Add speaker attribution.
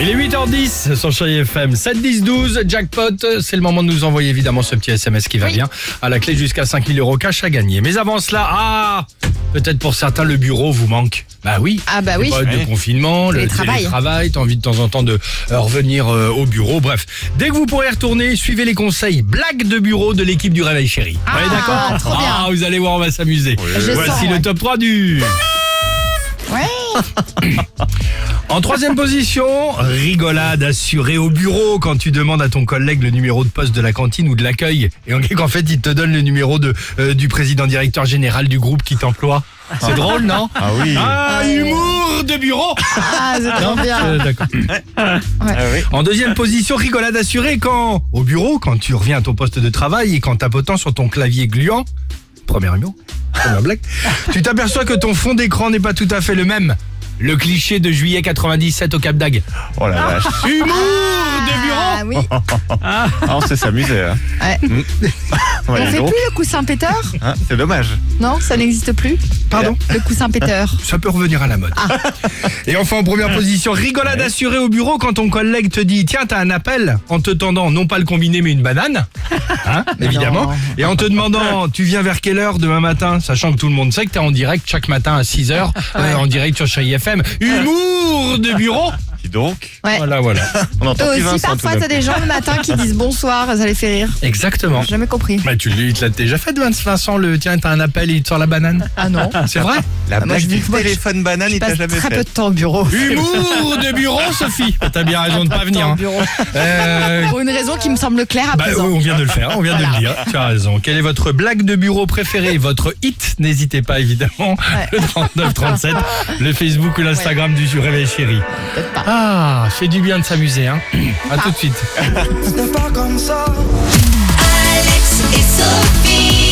Speaker 1: 8h10 sur Chérie FM, 7-10-12, jackpot. C'est le moment de nous envoyer évidemment ce petit SMS qui va bien. À la clé, jusqu'à 5000 euros cash à gagner. Mais avant cela, ah Peut-être pour certains, le bureau vous manque. Bah oui.
Speaker 2: Ah bah
Speaker 1: Les
Speaker 2: oui.
Speaker 1: périodes de confinement, le
Speaker 2: Télétravail.
Speaker 1: télétravail, t'as envie de temps en temps de euh, revenir euh, au bureau. Bref, dès que vous pourrez retourner, suivez les conseils blagues de bureau de l'équipe du Réveil Chéri.
Speaker 2: Ah,
Speaker 1: on est d'accord
Speaker 2: trop bien.
Speaker 1: Ah, vous allez voir, on va s'amuser.
Speaker 2: Je
Speaker 1: Voici
Speaker 2: sens,
Speaker 1: le
Speaker 2: ouais.
Speaker 1: top 3 du...
Speaker 2: Ouais.
Speaker 1: En troisième position, rigolade assurée au bureau quand tu demandes à ton collègue le numéro de poste de la cantine ou de l'accueil et en, qu'en fait il te donne le numéro de, euh, du président directeur général du groupe qui t'emploie. C'est drôle, non
Speaker 3: Ah oui.
Speaker 1: Ah, humour de bureau
Speaker 2: Ah, c'est trop
Speaker 1: Non
Speaker 2: bien.
Speaker 1: Euh, d'accord.
Speaker 3: Ah oui.
Speaker 1: En deuxième position, rigolade assurée quand au bureau, quand tu reviens à ton poste de travail et qu'en tapotant sur ton clavier gluant, première humour, première blague, tu t'aperçois que ton fond d'écran n'est pas tout à fait le même. Le cliché de juillet 97 au Cap d'Agde.
Speaker 3: Oh la vache.
Speaker 1: Humour de bureau
Speaker 2: Ah
Speaker 1: Oh,
Speaker 2: oui.
Speaker 3: Ah, on sait s'amuser. hein.
Speaker 2: Ouais.
Speaker 3: Mm. Ouais,
Speaker 2: On
Speaker 3: dis
Speaker 2: fait plus
Speaker 3: donc,
Speaker 2: le coussin péteur
Speaker 3: hein, c'est dommage.
Speaker 2: Non, ça n'existe plus.
Speaker 1: Pardon
Speaker 2: Le coussin péteur.
Speaker 1: Ça peut revenir à la mode.
Speaker 2: Ah.
Speaker 1: Et enfin, en première position, rigolade assurée au bureau quand ton collègue te dit Tiens, t'as un appel, en te tendant non pas le combiné mais une banane, hein, évidemment,
Speaker 2: Non.
Speaker 1: et en te demandant Tu viens vers quelle heure demain matin Sachant que tout le monde sait que t'es en direct chaque matin à 6h, en direct sur Chérie FM. Humour de bureau
Speaker 3: Dis donc.
Speaker 2: Ouais.
Speaker 1: Voilà, voilà.
Speaker 3: On entend
Speaker 2: Toi aussi,
Speaker 3: plus Vincent,
Speaker 2: parfois,
Speaker 3: tout
Speaker 2: t'as
Speaker 3: d'un
Speaker 2: des gens le matin qui disent bonsoir, ça les fait rire.
Speaker 1: Exactement.
Speaker 2: J'ai jamais compris.
Speaker 1: Bah, tu l'as- tu l'as déjà fait, Vincent, le Tiens, t'as un appel, il te sort la banane.
Speaker 2: Ah non.
Speaker 1: C'est vrai
Speaker 3: coup. La
Speaker 2: Ah, moi,
Speaker 3: blague
Speaker 2: je dis
Speaker 3: du
Speaker 2: que moi, je-
Speaker 3: téléphone banane,
Speaker 2: Je
Speaker 3: il t'a
Speaker 2: passe
Speaker 3: jamais
Speaker 2: très peu
Speaker 3: fait.
Speaker 2: de temps au bureau.
Speaker 1: Humour de bureau, Sophie. T'as bien raison de pas venir. hein. Euh,
Speaker 2: Pour une raison qui me semble claire à
Speaker 1: bah,
Speaker 2: présent.
Speaker 1: oui, on vient de le faire, on vient de le dire. Tu as raison. Quelle est votre blague de bureau préférée Votre hit N'hésitez pas, évidemment. Le 3937, le Facebook ou l'Instagram du Réveil Chéri.
Speaker 2: Peut-être pas. Ah.
Speaker 1: Ah, fait du bien de s'amuser. Hein. À tout de suite.
Speaker 4: Alex et Sophie.